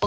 我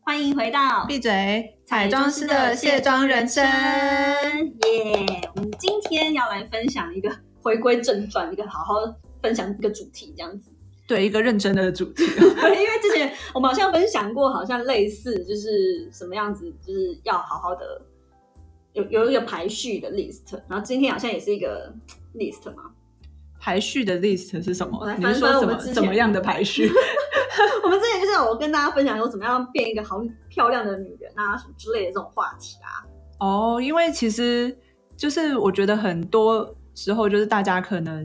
欢迎回到 闭嘴！耶我们今天要来分享一个回归正传，一个好好分享一个主题这样子。对，一个认真的主题。 因为之前我们好像分享过，好像类似就是什么样子，就是要好好的有有一个排序的 list，然后今天好像也是一个 list 嘛。 排序的 list 是什我么来？你翻是说翻怎我么们之前怎么样的排序？我们之前就是我跟大家分享我怎么样变一个好漂亮的女人啊，什么之类的这种话题啊。哦，因为其实就是我觉得很多时候就是大家可能，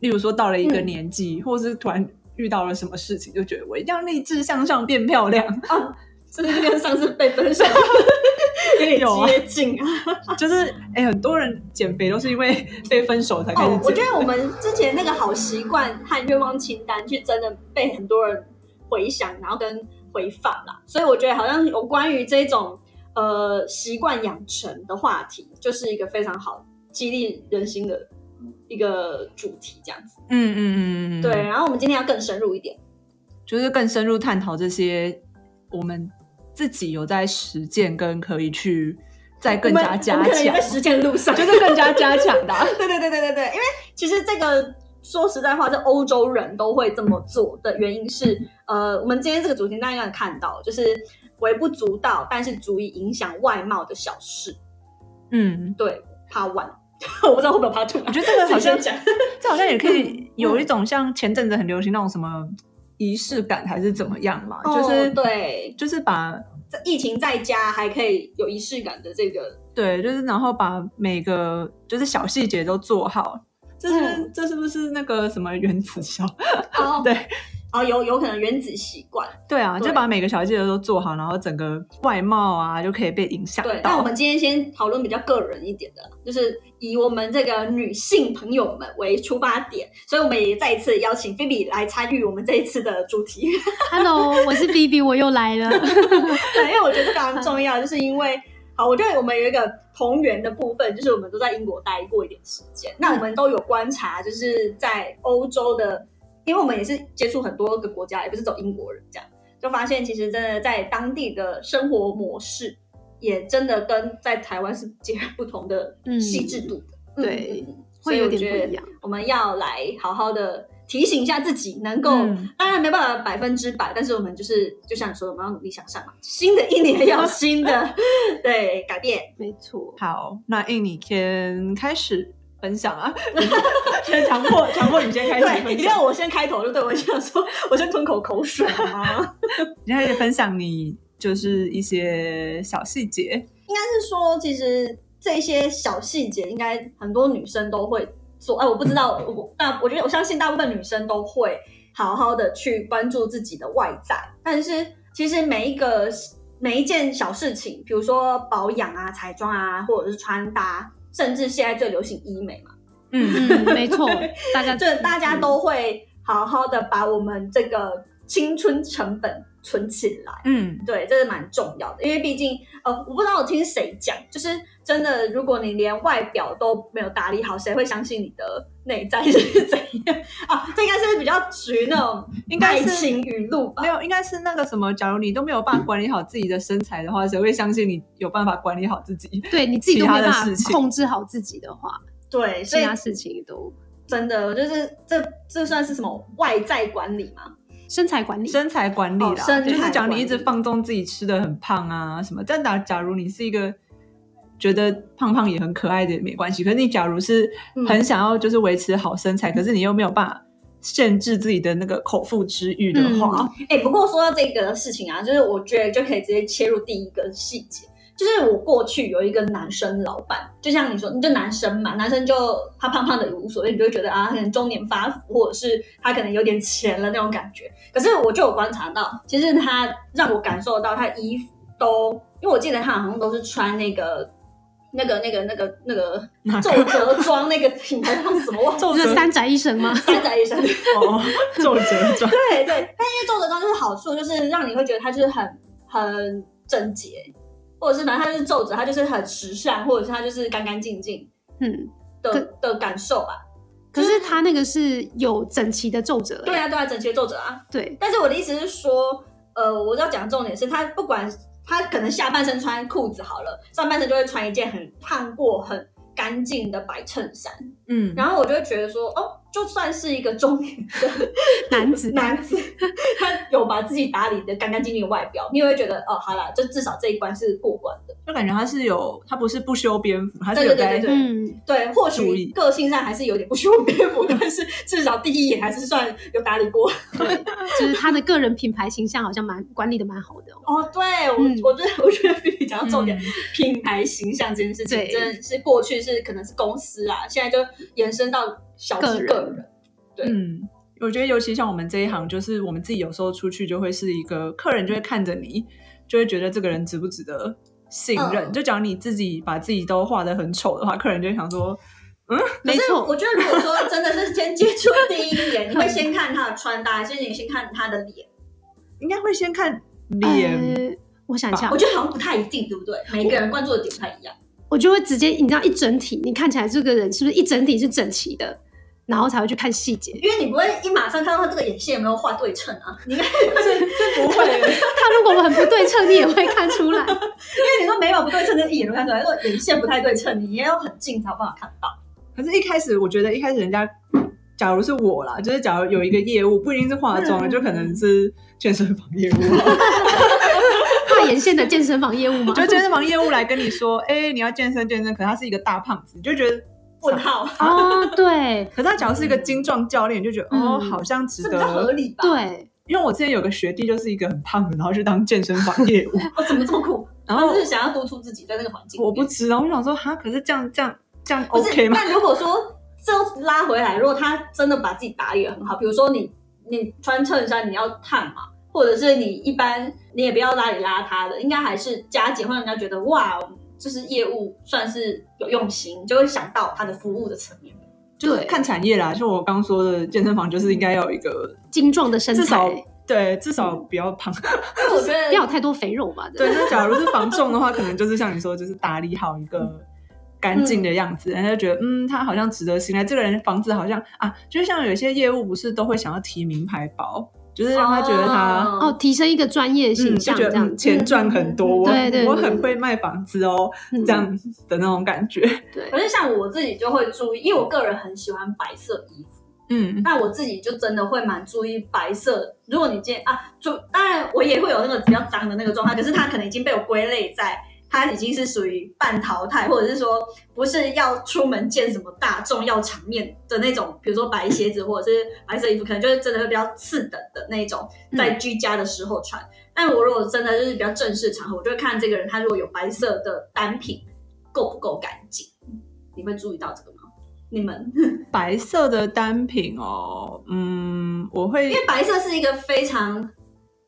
例如说到了一个嗯年纪，或是突然遇到了什么事情，就觉得我一定要立志向上变漂亮， 就是跟上次被分享 有点有啊接近啊。就是哎、很多人减肥都是因为 被分手才开始哦，我减觉得我们之前那个好习惯和愿望清单，去真的被很多人回想，然后跟回放啦。所以我觉得好像有关于这种呃习惯养成的话题，就是一个非常好激励人心的一个主题，这样子。嗯嗯嗯嗯，对，，然后我们今天要更深入一点。就是更深入探讨这些我们自己有在实践跟可以去再更我加们加我们可能也在，强实践路上，就是更加加强的啊、对 对对对对对，因为其实这个说实在话，这欧洲人都会这么做的原因是，呃，我们今天这个主题大家应该有看到，就是微不足道，但是足以影响外貌的小事。嗯。对，Part One，我 不知道会不会有 Part Two，我觉得这个好像自己先这好像也可以有一种像前阵子很流行那种什么仪式感还是怎么样嘛，讲，就是、哦、对，就是把这疫情在家还可以有仪式感的这个，对就是然后把每个就是小细节都做好。这是、嗯这是不是那个什么原子效？ 哦，对，哦，有有可能原子习惯，对啊，对就把每个小细节都做好，然后整个外貌啊就可以被影响对，那我到。们今天先讨论比较个人一点的，就是以我们这个女性朋友们为出发点，所以我们也再一次邀请菲比来参与我们这一次的主题， Hello，我是 B B，我又来了。对，因为我觉得这非常重要，就是因为好，我觉得我们有一个同源的部分，就是我们都在英国待过一点时间，那我们都有观察，就是在欧洲的，因为我们也是接触很多个国家，也不是走英国人这样，就发现其实真的在当地的生活模式。也真的跟在台湾是截然不同的嗯细致度的，嗯对，嗯嗯 所会以有我点觉不得一样。我们要来好好的提醒一下自己，能够、嗯当然没办法百分之百，但是我们就是就像你说的，我们要努力向上嘛。新的一年要有新的对改变，没 错，好，那印你先开始分享 啊，先强 迫强迫你先开始对，分你享让，我先开头就对我想说， 我先吞口口水 好吗？你开始分享你就是一些小细节。是说，其实这些小细节应该很多女生都会做。哎，我不知道，我那我觉得我相信大部分女生都会好好的去关注自己的外在，但是其实每一个每一件小事情，比如说保养啊、彩妆啊，或者是穿搭，甚至现在最流行医美嘛，嗯，嗯，没错，大家这大家都会好好的把我们这个青春成本存起来。嗯，对，这是蛮重要的，因为毕竟呃，我不知道我听谁讲，就是真的，如果你连外表都没有打理好，谁会相信你的内在是怎样啊？这应该是比较属于那种应该爱是情语录吧没？有，应该是那个什么，假如你都没有办法管理好自己的身材的话，谁会相信你有办法管理好 自己？对你自己都其没他的办法事情控制好自己的话，对，所其以啊他事情都真的就是这这算是什么外在管理嘛？身材管理。身材管理哦啦，身材就是假如你一管理直放纵自己吃的很胖啊什么，但假假如你是一个觉得胖胖也很可爱的也没关系，可是你假如是很想要就是维持好身嗯材，可是你又没有办法限制自己的那个口腹之欲的话，嗯哎、不过说到这个事情啊，就是我觉得就可以直接切入第一个细节，就是我过去有一个男生老板，就像你说，你就男生嘛，男生就他胖胖的也无所谓，你就会觉得啊，他可能中年发福，或者是他可能有点钱了那种感觉。可是我就有观察到，其实他让我感受到他衣服都，因为我记得他好像都是穿那个。那个、那个、那个、那个哪皱褶装那个品牌叫什么？忘记皱不是褶三宅一 生吗？三宅一生。 哦，皱褶 状，对对，但因为皱褶装就是好处，就是让你会觉得它就是很很整洁，或者是反正它就是皱褶，它就是很时尚，或者是它就是干干净净嗯，的的感受吧。可是他那个是有整齐的皱褶。对啊，对啊，整洁皱褶啊。对，但是我的意思是说，呃，我要讲重点是，它不管它可能下半身穿裤子好了，上半身就会穿一件很烫过、很干净的白衬衫，嗯，然后我就会觉得说，哦，就算是一个中年的男 子男子，他有把自己打理的干干净净的外表，你也会觉得哦，好啦，就至少这一关是过关的。 就感觉他是有，他不是不修边幅，他是有对对在对对嗯，对，或注许意个性上还是有点不修边幅， 但是至少第一眼还是算有打理过。就是他的个人品牌形象好像蛮管理的蛮好的哦。哦，对我，嗯我觉得我觉得菲比讲到重点，嗯品牌形象这件事情，对真的是过去是可能是公司啊，现在就延伸到小个至人个人。对嗯，我觉得尤其像我们这一行，就是我们自己有时候出去就会是一个客人就会看着你，就会觉得这个人值不值得信任。嗯就假如你自己把自己都画的很丑的话，客人就会想说，可没是错我觉得，如果说真的是先接触第一眼，你会先看他的穿搭，其实你先看他的脸，应该会先看脸，呃，我想一下啊我，觉得好像不太一定，对不对？每个人关注的点不太一样。我就会直接你知道一整体，你看起来这个人是不是一整体是整齐的，然后才会去看细节。因为你不会一马上看到他这个眼线有没有画对称啊，你应该这不 会。他如果很不对称，你也会看出来。因为你说眉毛不对称，就是一眼就看出来；说眼线不太对称，你也要很近才有办法看到。可是，一开始我觉得一开始人家，假如是我啦，就是假如有一个业务，不一定是化妆的，嗯就可能是健身房业务 啊，画眼线的健身房业务吗？就健身房业务来跟你说，哎、你要健身健身，可是他是一个大胖子，你就觉得。问号，哦，对可是他只要是一个精壮教练，你就觉得、哦，嗯好像值这比较合得。理吧？对，因为我之前有个学弟就是一个很胖的，然后去当健身房业 务，我怎么这么酷？然他后是想要督促自己在那个环境里面。我不知道，我想说哈，可是这样这样这样不是 OK 吗？那如果说这样拉回来，如果他真的把自己打理的很好，比如说你你穿衬衫你要烫嘛，或者是你一般你也不要邋里邋遢的，应该还是加减会让人家觉得哇，就是业务算是有用心，就会想到他的服务的层面。就是对看产业啦，就我刚说的健身房就是应该要有一个精壮的嗯身至少材，对至少不要 胖。因为我觉不要得有太多肥肉吧。对，那假如是防重的话，可能就是像你说，就是打理好一嗯个干净的样子，人家就觉得嗯，他好像值得信赖。这个人房子好像啊，就像有些业务不是都会想要提名牌包，就是让他觉得他。哦，提升一个专业嗯，形就象觉这得样嗯子。钱赚很多，我对对我对很会卖房子哦，嗯这样的那种感觉。对可，是像我自己就会注意，因为我个人很喜欢白色衣服。嗯，那我自己就真的会蛮注意白色。如果你今天啊，就当然我也会有那个比较脏的那个状态，可是它可能已经被我归类在它已经是属于半淘汰，或者是说不是要出门见什么大众要场面的那种，比如说白鞋子或者是白色衣服，可能就是真的会比较次等的那种，在居家的时候穿。但我如果真的就是比较正式场合，我就会看这个人他如果有白色的单品够不够干净，你会注意到这个吗？你们？白色的单品哦，嗯，我会因为白色是一个非常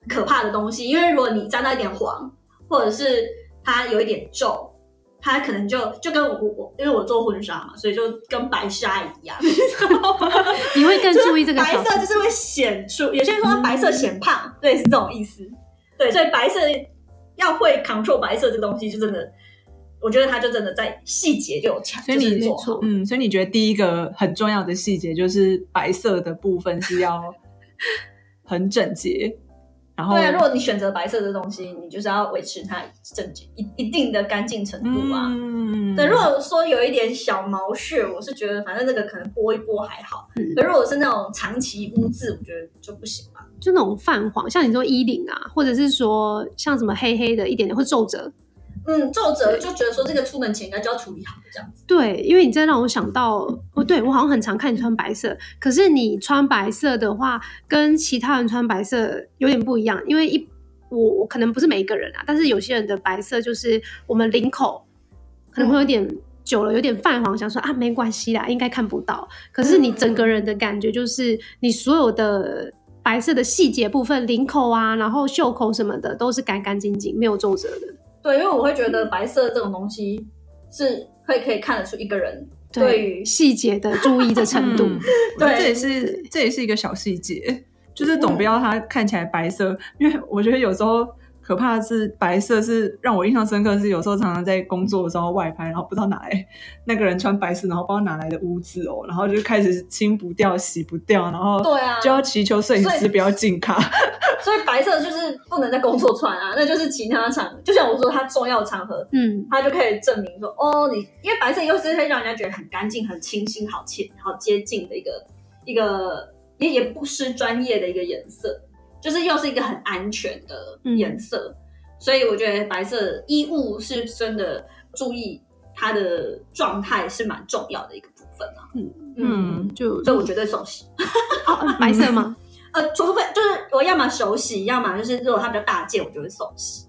可怕的东西，因为如果你沾到一点黄，或者是它有一点皱，它可能就就跟我我因为我做婚纱嘛，所以就跟白纱一 样。你会更注意这个白小色细就节。是会显出，有些人说它白色显胖，对，是这种意思。对，所以白色要会 control 白色这个东西，就真的，我觉得它就真的在细节就有强，所以你就是做好。嗯，所以你觉得第一个很重要的细节就是白色的部分是要很整洁，然后对啊，如果你选择白色的东西，你就是要维持它整洁一一定的干净程度啊。嗯，对，如果说有一点小毛屑，我是觉得反正那个可能拨一拨还好。嗯可如果是那种长期污渍，我觉得就不行吧。就那种泛黄，像你说衣领啊，或者是说像什么黑黑的一点点或皱褶，嗯，皱褶就觉得说这个出门前应该就要处理好这样子。对，因为你这让我想到，哦，对我好像很常看你穿白色，可是你穿白色的话，跟其他人穿白色有点不一样，因为一我我可能不是每一个人啊，但是有些人的白色就是我们领口可能会有点、久了有点泛黄，想说啊没关系啦，应该看不到。可是你整个人的感觉就是你所有的白色的细节部分，领口啊，然后袖口什么的都是干干净净，没有皱褶的。对，因为我会觉得白色这种东西是会可以看得出一个人对于对细节的注意的程度，嗯我觉得这对也是这也是一个小细节，就是总不要它看起来白色，因为我觉得有时候可怕的是白色是让我印象深刻，是有时候常常在工作的时候外拍，然后不知道哪来那个人穿白色，然后不知道哪来的污渍哦，然后就开始清不掉、洗不掉，然后对啊就要祈求摄影所以师不要进卡。所以白色就是不能在工作穿啊，那就是其他场，就像我说，它重要场合，嗯，它就可以证明说，哦，你因为白色又是会让人家觉得很干净、很清新、好亲、好接近的一个一个，也也不失专业的一个颜色，就是又是一个很安全的嗯颜色，所以我觉得白色衣物是真的注意它的状态是蛮重要的一个部分啊。嗯嗯，就所以我绝对送洗。哦白色吗？呃，除非就是我要么手洗，要么就是如果它比较大件，我就会手洗。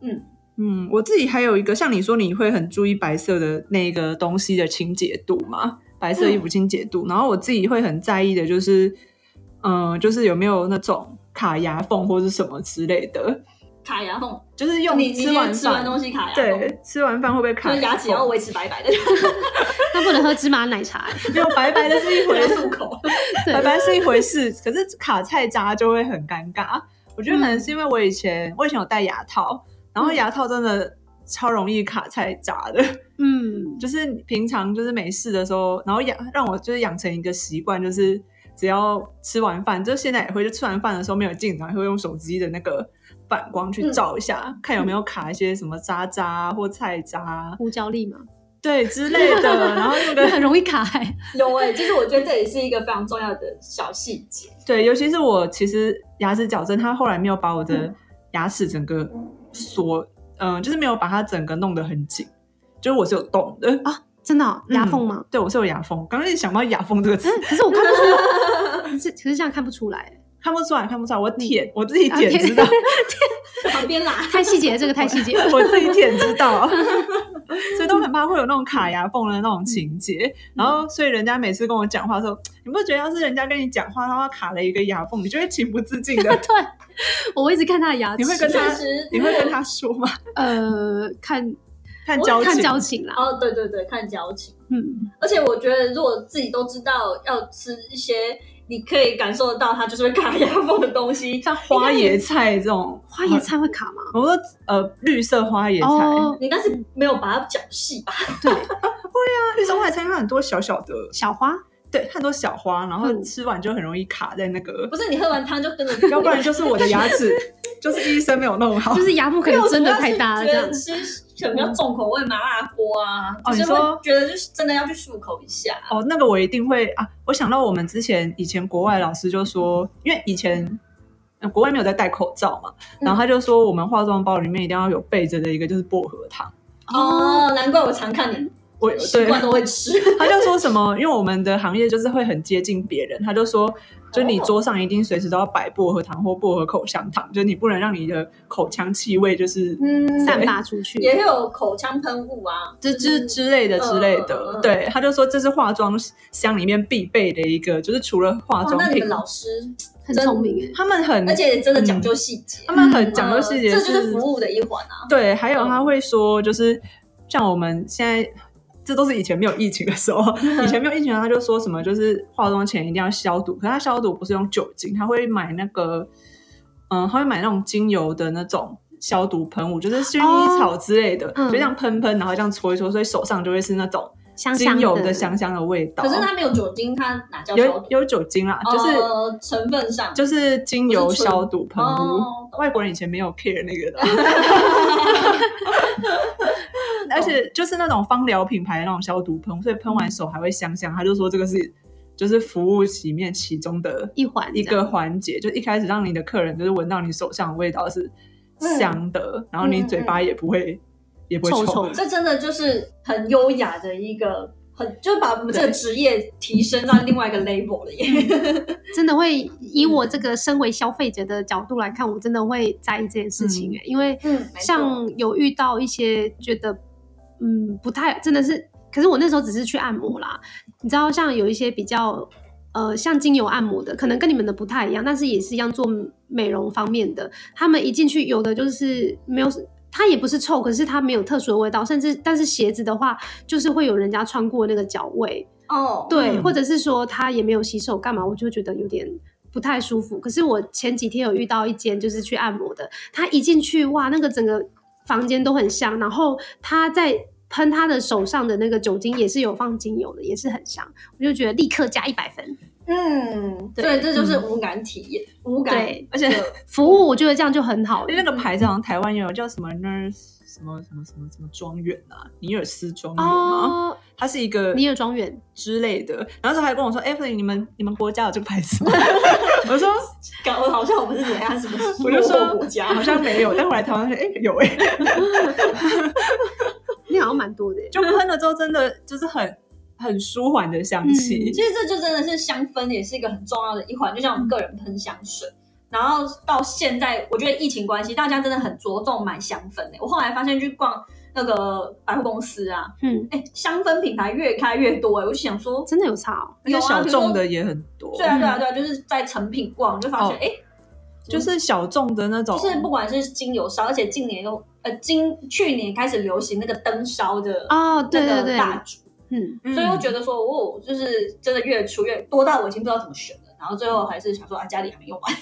嗯，我自己还有一个，像你说你会很注意白色的那个东西的清洁度嘛，白色嗯衣服清洁度。然后我自己会很在意的就是，嗯、就是有没有那种卡牙缝或是什么之类的，卡牙缝，就是用你你吃完是吃完饭东西卡牙缝，对，吃完饭会不会卡就是牙齿要缝维持白白 的， 那不能喝芝麻奶茶、欸， 没有白白的是 一回回事，漱口。对白白是一回事，可是卡菜渣就会很尴尬。我觉得嗯可能是因为我以前、我以前有戴牙套，然后牙套真的超容易卡菜渣的。嗯，就是平常就是没事的时候，然后养让我就是养成一个习惯，就是只要吃完饭，就现在也会，就吃完饭的时候没有镜子，然后会用手机的那个反光嗯去照一下，看有没有卡一些什么渣渣或菜渣，啊胡椒粒嘛，对之类 的，然后那个很容易卡、欸。有哎、其实我觉得这也是一个非常重要的小细节。对，尤其是我其实牙齿矫正，它后来没有把我嗯的牙齿整个锁，嗯、就是没有把它整个弄得很紧，就是我是有动的， 真的哦、嗯牙缝吗？对我是有牙缝，刚刚一直想到牙缝这个词嗯。，可是我看不出，可是可是这样看不 出来，看不出来，看不出来，我舔，我自己啊舔舔知 道，旁边啦，太细节了，这个太细 节了。我自己舔知道， 所以都很怕会有那种卡牙缝的那种情节。然嗯后，所以人家每次跟我讲话的时候，你不觉得要是人家跟你讲话，他卡了一个牙缝，你就会情不自禁的，我一直看他的牙齿，你会 跟确他实 你会跟他说吗？呃看看交看情，交情啦，哦，对对对，看交情。嗯，而且我觉得，如果自己都知道要吃一些你可以感受得到它就是会卡牙缝的东西，像花椰菜这种花椰，菜会卡吗？我说呃绿色花椰菜，哦，你应该是没有把它搅细吧？对，绿色花椰菜它很多小小的，小花，对，它很多小花，然后嗯吃完就很容易卡在那个不，是你喝完汤就 跟着，要不然就是我的牙齿 就是医生没有弄好，就是牙木可因为能我真的主要是太大了，觉这得样吃可能比较重口味麻辣锅啊，哦就是你说会觉得就是真的要去漱口一下。哦，那个我一定会啊！我想到我们之前以前国外老师就说，因为以前、呃国外没有在戴口罩嘛，嗯然后他就说我们化妆包里面一定要有备着的一个就是薄荷糖。哦，难怪我常看你我习对，惯都会吃。他就说什么，因为我们的行业就是会很接近别人，他就说，就你桌上一定随时都要摆薄荷糖或薄荷口香糖，就你不能让你的口腔气味就是嗯散发出去。也会有口腔喷雾啊，之之之类的之类的。嗯嗯嗯对，他就说这是化妆箱里面必备的一个，就是除了化哇，妆哦那你品们，老师，很聪明哎，他们很而且真的讲究细节，他们很讲究呃细节，这就是服务的一环啊。对，还有他会说，就是像我们现在，这都是以前没有疫情的时 候，以前没有疫情的时候，他就说什么就是化妆前一定要消毒，可他消毒不是用酒精，他会买那个，嗯，他会买那种精油的那种。消毒喷雾就是薰衣草之类的，嗯就这样喷喷，然后这样搓一搓，所以手上就会是那种香精香油的香香的味道。可是它没有酒精，它哪叫消哦有毒？有酒精啦，就是、呃成分上，就是精油消毒喷雾。哦外国人以前没有 care 那 个的，而哦且就是那种芳疗品牌的那种消毒喷，所以喷嗯完手还会香香。他就说这个是就是服务里面其中的一环一这个样环节，就一开始让你的客人就是闻到你手上的味道是香的，然后你嘴巴也不会、也不会嗯臭臭。臭的这真的就是很优雅的一个很就是把我们这个职业提升到另外一个 level 了 耶。真的会以我这个身为消费者的角度来看，我真的会在意这件事情、欸因为嗯，没错像有遇到一些觉得嗯不太真的是，可是我那时候只是去按摩啦，你知道像有一些比较呃像精油按摩的，可能跟你们的不太一样，但是也是一样做美容方面的，他们一进去有的就是没有。它也不是臭，可是它没有特殊的味道，甚至但是鞋子的话，就是会有人家穿过那个脚味，哦，对，嗯或者是说他也没有洗手干嘛，我就觉得有点不太舒服。可是我前几天有遇到一间就是去按摩的，他一进去哇，那个整个房间都很香，然后他在喷他的手上的那个酒精也是有放精油的，也是很香，我就觉得立刻加一百分。嗯，对所以这就是无感体验，无感对，而且服务我觉得这样就很好了因为那个牌子好像台湾也有叫什么 nurse 什么什么什么什么庄园啊，尼尔斯庄园啊，哦，它是一个尼尔庄园之类的。然后那时候还跟我说 e v e l y 你们你们国家有这个牌子吗？ 我说搞得好像我们是怎样什么我就落说后国家，好像没有，但后来台湾说哎、有哎、那好像蛮多的耶，就喷了之后真的就是很很舒缓的香气。其实这就真的是香氛也是一个很重要的一环，就像嗯我们个人喷香水。然后到现在，我觉得疫情关系，大家真的很着重买香氛、欸、我后来发现去逛那个百货公司啊，嗯，哎、香氛品牌越开越多、欸、我就想说，真的有嗯差哦。那有个啊小比如众说的也很多，对啊对啊对啊，就是在成品逛，就发现哦哎、就是小众的那种，就是不管是精油烧，而且近年又呃今去年开始流行那个灯烧的哦，对那个对对，蜡烛，嗯，嗯所以我觉得说，哦，就是真的越出越多到我已经不知道怎么选了，然后最后还是想说啊，家里还没用完。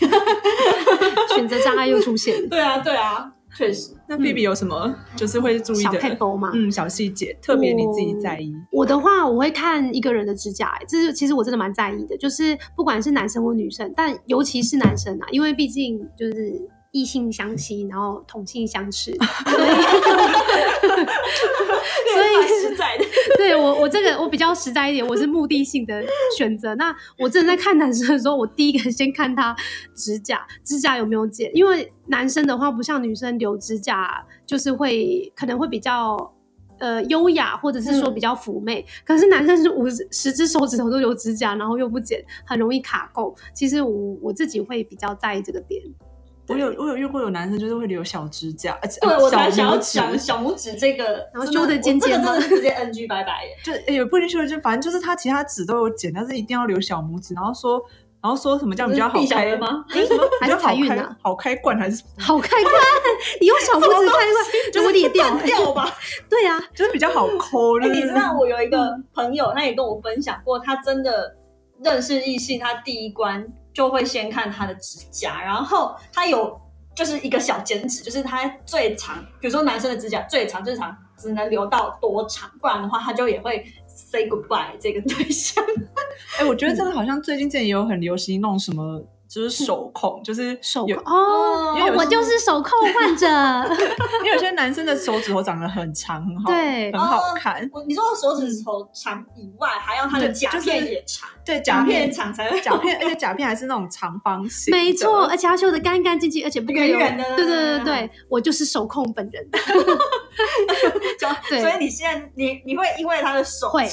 选择障碍又 出现了，对啊，对啊，确实，那 B B 有什么就是会注意小的？配包嘛，嗯，小细节，特别你自己在哦意。我的话，我会看一个人的指甲、欸，这是其实我真的蛮在意的，就是不管是男生或女生，但尤其是男生啊，因为毕竟就是异性相吸，然后同性相斥，所以所以实在的， 对我我这个我比较实在一点，我是目的性的选择。那我真的在看男生的时候，我第一个先看他指甲，指甲有没有剪，因为男生的话不像女生留指甲，就是会可能会比较。呃，优雅或者是说比较妩媚，可是男生是五指十只手指头都留指甲，然后又不剪，很容易卡垢。其实我我自己会比较在意这个点，我有我有遇过有男生就是会留小指甲，而且对我才想要小拇讲指，小拇指这个，然后真修得尖尖我这吗个真的是直接 NG 拜拜耶。就也、不一定说就反正就是他其他指都有剪，但是一定要留小拇指，然后说然后说什么这样比较好闭小开了？吗？还是什么还比较是好财运开、啊好开罐还 是什么好看看，你用小拇指 看看，我裂掉、断掉吧。对啊，就是比较好抠。哎、就你是知道我有一个朋友，他也跟我分享过，他真的认识异性，他第一关就会先看他的指甲，然后他有就是一个小剪指，就是他最长，比如说男生的指甲最长最长只能留到多长，不然的话他就也会 say goodbye 这个对象。哎、我觉得这个好像最近之前也有很流行弄什么，就是手控，就是 手有铐哦，因为有我些就是手铐患者。因为有些男生的手指头长得很长，很好，对很好哦看。我 你说手指头长以外，还要他的对甲就是片也长，对，甲片长才会甲片，而且甲片还是那种长方形的，哦没错，哎而且要修的干干净净，而且不可以有圆圆的对对对对，我就是手控本人，长。对所以你现在你你会因为他的手 会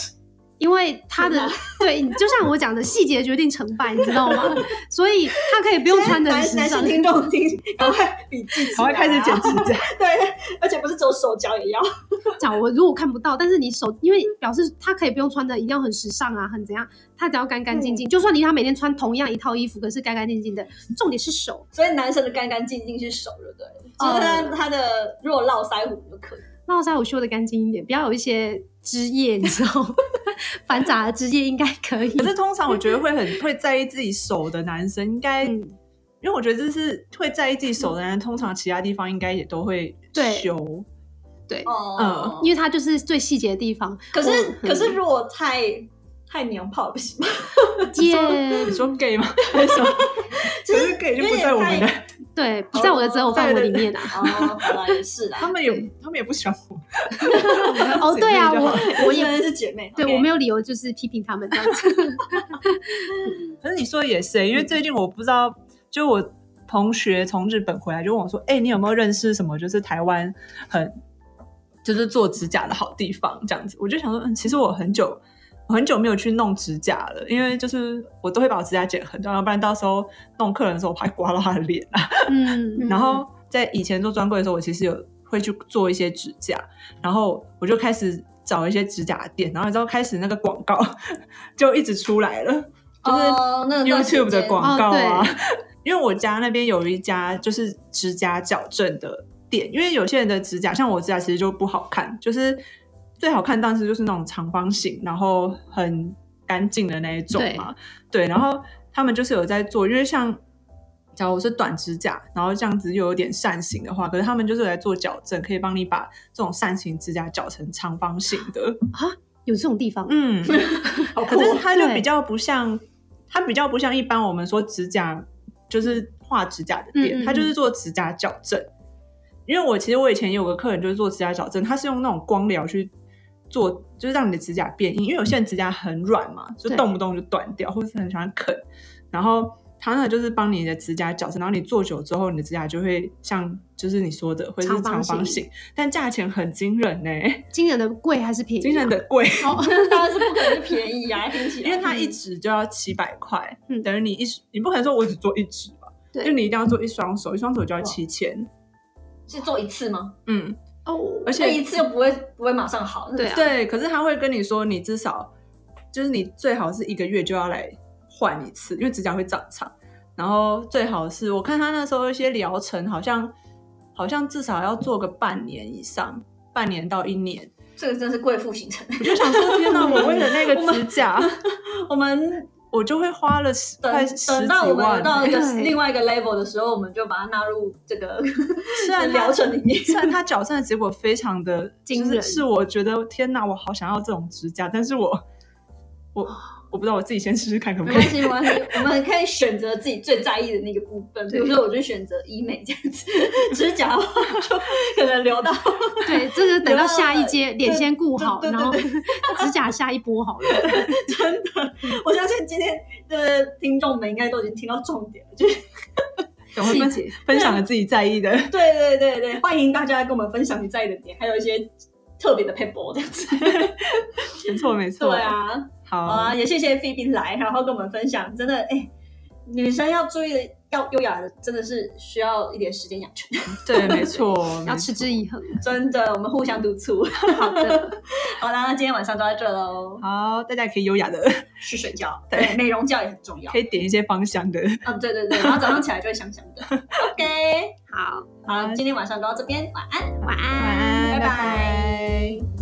因为他的天 对，就像我讲的，细节决定成败，你知 道吗？所以他可以不用穿的男很时男尚性。听众听， 赶快笔记起来啊，赶快开始剪指甲。对，而且不是只有手脚也要。讲我如果看不到，但是你手，因为表示他可以不用穿的一样很时尚啊，很怎样，他只要干干嗯净净，就算你他每天穿同样一套衣服，可是干干净净的，重点是手。所以男生的干干净净是手，对不对？就是他他的如果络腮胡就可以。络腮我修的干净一点，不要有一些枝叶，你 知道吗？繁杂的枝叶应该可以。可是通常我觉得会很会在意自己手的男生，应该、嗯因为我觉得这是会在意自己手的男生，通常其他地方应该也都会对修。哦、因为它就是最细节的地方。可是嗯我可是如果太太娘炮不行吗？耶，你说 gay 吗？ 还是什么？可是 gay 就不在我们有点的，对，不在我的择偶范围里面啊。哦，好啦，也是他啦。们也他们也不喜欢我。哦，对啊，姐妹就好 我我因也为是姐妹，对 OK 我没有理由就是批评他们这样子。可是你说的也是欸、因为最近我不知道，就我同学从日本回来就问我说：“哎、你有没有认识什么就是哎台湾很就是做指甲的好地方？”这样子，我就想说，嗯，其实我很久我很久没有去弄指甲了，因为就是我都会把我指甲剪很短，要不然到时候弄客人的时候我怕刮到他的脸啊。嗯，然后在以前做专柜的时候，我其实有会去做一些指甲，然后我就开始找一些指甲店，然后你知道开始那个广告 就一直出来了，就是哦那段时 YouTube 的间广哦告对啊。 因为我家那边有一家就是指甲矫正的店，因为有些人的指甲，像我指甲其实就不好看，就是最好看当时就是那种长方形，然后很干净的那一种嘛。对，然后他们就是有在做，因为像假如我是短指甲，然后这样子又有点扇形的话，可是他们就是有在做矫正，可以帮你把这种扇形指甲矫成长方形的。有这种地方，嗯，好酷可是哦，它就对比较不像，它比较不像一般我们说指甲就是画指甲的嗯嗯店，嗯它就是做指甲矫正。因为我其实我以前有个客人就是做指甲矫正，他是用那种光疗去做，就是让你的指甲变硬，因为有些人指甲很软嘛，就对动不动就断掉，或是很喜欢啃，然后。他呢，就是帮你的指甲矫正，然后你做久之后，你的指甲就会像就是你说的，会是长长方方形形，但价钱很惊人呢、 惊人的贵还是便宜、啊？惊人的贵。哦，当然是 不可能是便宜啊，听起来，因为它一指就要七百块，嗯等于你一你不可能说我只做一指吧，对就你一定要嗯做一双手，一双手就要七千，是做一次吗？嗯，哦，而这且一次又不会不会马上好，是不是对啊对，可是他会跟你说，你至少就是你最好是一个月就要来换一次，因为指甲会长长，然后最好是我看他那时候一些疗程好像好像至少要做个半年以上，半年到一年，这个真的是贵妇行程。我就想说，天哪，我为了 那个指甲， 我们我就会花了十等快十等几到我们万到欸。一个对另外 一个 level 的时候，我们就把它纳入这 个虽然疗它程里面。 虽然他矫正的结果非常的惊就是人是我觉得天哪，我好想要这种指甲，但是我我我不知道我自己先试试看可不哦没可关以。系，没关系，我们可以选择自己最在意的那个部分。比对如说，我就选择医美这样子， 指甲的话就可能留到对，这个等到下一阶，脸先顾好，对对然后 指甲下一波好了。真的。我相信今天的听众们应该都已经听到重点了，就是赶快分细 节分享了自己在 意的，对对对对，欢迎大家跟我们分享你在意的点，还有一些特别的 paper 这样 子。没错没错。对，啊，好，好啊，也谢谢菲宾来，然后跟我们分享，真的哎、女生要注意的，要优雅的，真的是需要一点时间养成，对，没错，要持之以恒。真的，我们互相督促。 好的，好啦，那今天晚上就到这喽，好，大家可以优雅的，去睡觉，对对，美容觉也很重 要可。以点一些芳香的。嗯，对对对，然后早上起来就会香香的。OK，好，好，今天晚上就到这边，晚安。晚安。晚拜安，拜拜